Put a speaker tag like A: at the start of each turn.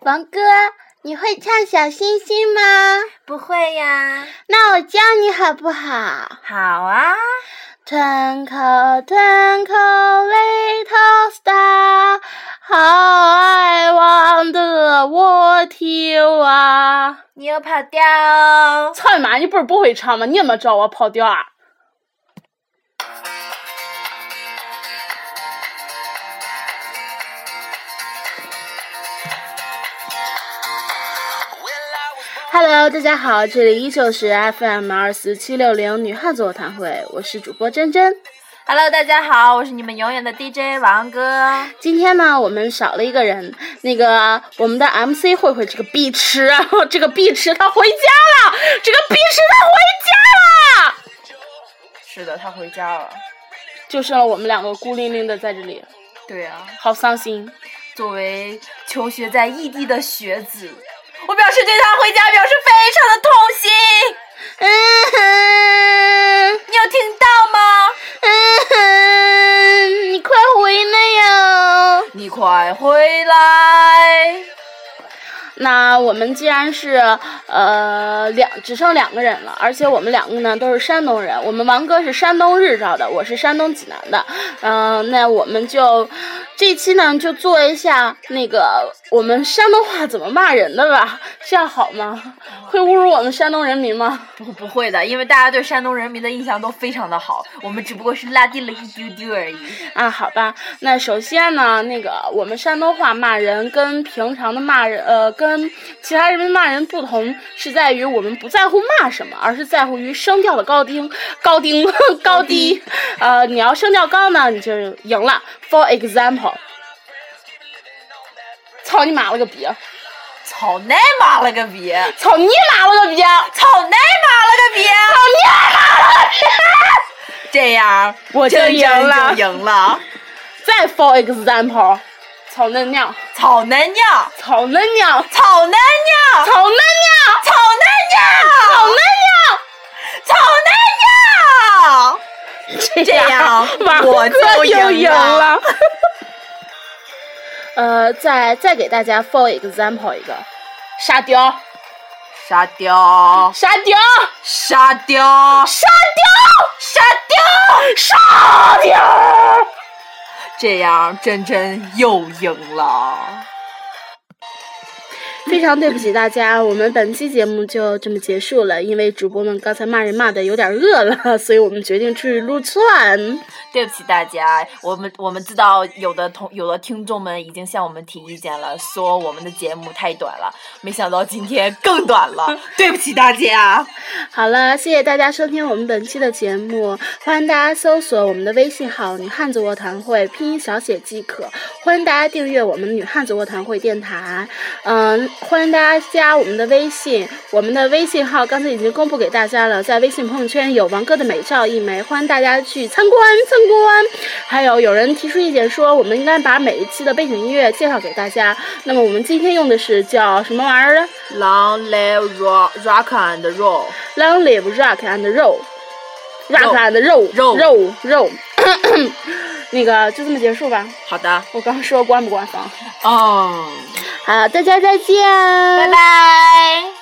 A: 王哥，你会唱小星星吗？
B: 不会呀。
A: 那我教你好不好
B: 好啊，
A: ？Twinkle twinkle little star, how I wonder what you are。
B: 你又跑调哦。
C: 操你妈！你不是不会唱吗？你怎么知道我跑调啊？
A: Hello，大家好，这里依旧是 FM 二四七六零女汉子座谈会，我是主播珍珍。
B: Hello，大家好，我是你们永远的 DJ 王哥。
A: 今天呢，我们少了一个人，那个我们的 MC 慧慧这个碧池，这个碧池她回家了，这个碧池她回家了，
B: 是的，他回家了。
C: 就剩了我们两个孤零零的在这里，
B: 对啊，
C: 好伤心。
B: 作为求学在异地的学子，我表示对他回家表示非
A: 嗯
B: 常的痛心。
A: 哼，
B: 你有听到吗？
A: 嗯哼，你快回来哟。
B: 你快回来！
A: 那我们既然是呃两只剩两个人了，而且我们两个呢都是山东人，我们王哥是山东日照的，我是山东济南的，嗯、那我们就这期呢就做一下那个我们山东话怎么骂人的吧，这样好吗？会侮辱我们山东人民吗？
B: 不，不会的，因为大家对山东人民的印象都非常的好，我们只不过是拉低了一丢丢而已。
A: 啊，好吧，那首先呢，那个我们山东话骂人跟平常的骂人，呃，跟其他人民骂人不同，是在于我们不在乎骂什么，而是在乎于声调的高低、 高低、高低。呃，你要声调高呢，你就赢了。For example，操你妈了个逼！啊
B: 操奶妈了个逼！
A: 操你妈了个逼！啊
B: 操奶妈了个逼！操奶妈了个逼！这样
C: 我就
B: 真
C: 赢了
B: 真就赢了。
A: 再 for example，操恁娘，
B: 操奶娘！
A: 操恁娘，
B: 操奶娘！
A: 操恁娘，
B: 操奶
A: 操
B: 娘！
A: 恁娘。
B: 操奶娘！
A: 这
B: 样
A: 我
B: 我
A: 就
B: 就
A: 赢
B: 赢了。
A: 呃，再再给大家 for example 一个，沙雕，
B: 沙雕，
A: 沙雕，
B: 沙雕，
A: 沙雕，
B: 沙雕，
A: 沙雕。
B: 这样真真又赢了。
A: 非常对不起大家，我们本期节目就这么结束了，因为主播们刚才骂人骂的有点饿了，所以我们决定出去撸串。
B: 对不起大家，我们我们知道有的同有的听众们已经向我们提意见了，说我们的节目太短了，没想到今天更短 了，对不起大家。
A: 好了，谢谢大家收听我们本期的节目，欢迎大家搜索我们的微信号“女汉子卧谈会”，拼音小写即可。欢迎大家订阅我们“女汉子卧谈会”电台，嗯，欢迎大家加我们的微信，我们的微信号刚才已经公布给大家了，在微信朋友圈有王哥的美照一枚，欢迎大家去参观参观。还有有人提出意见说，我们应该把每一期的背景音乐介绍给大家，那么我们今天用的是叫什么玩意儿呢
B: Long live rock rock and roll，
A: Long live rock and roll。rock and roll
B: 肉
A: 肉肉 那个就这么结束吧。
B: 好的，
A: 我刚说关不关房？
B: 哦，
A: 好，大家再见，
B: 拜。拜。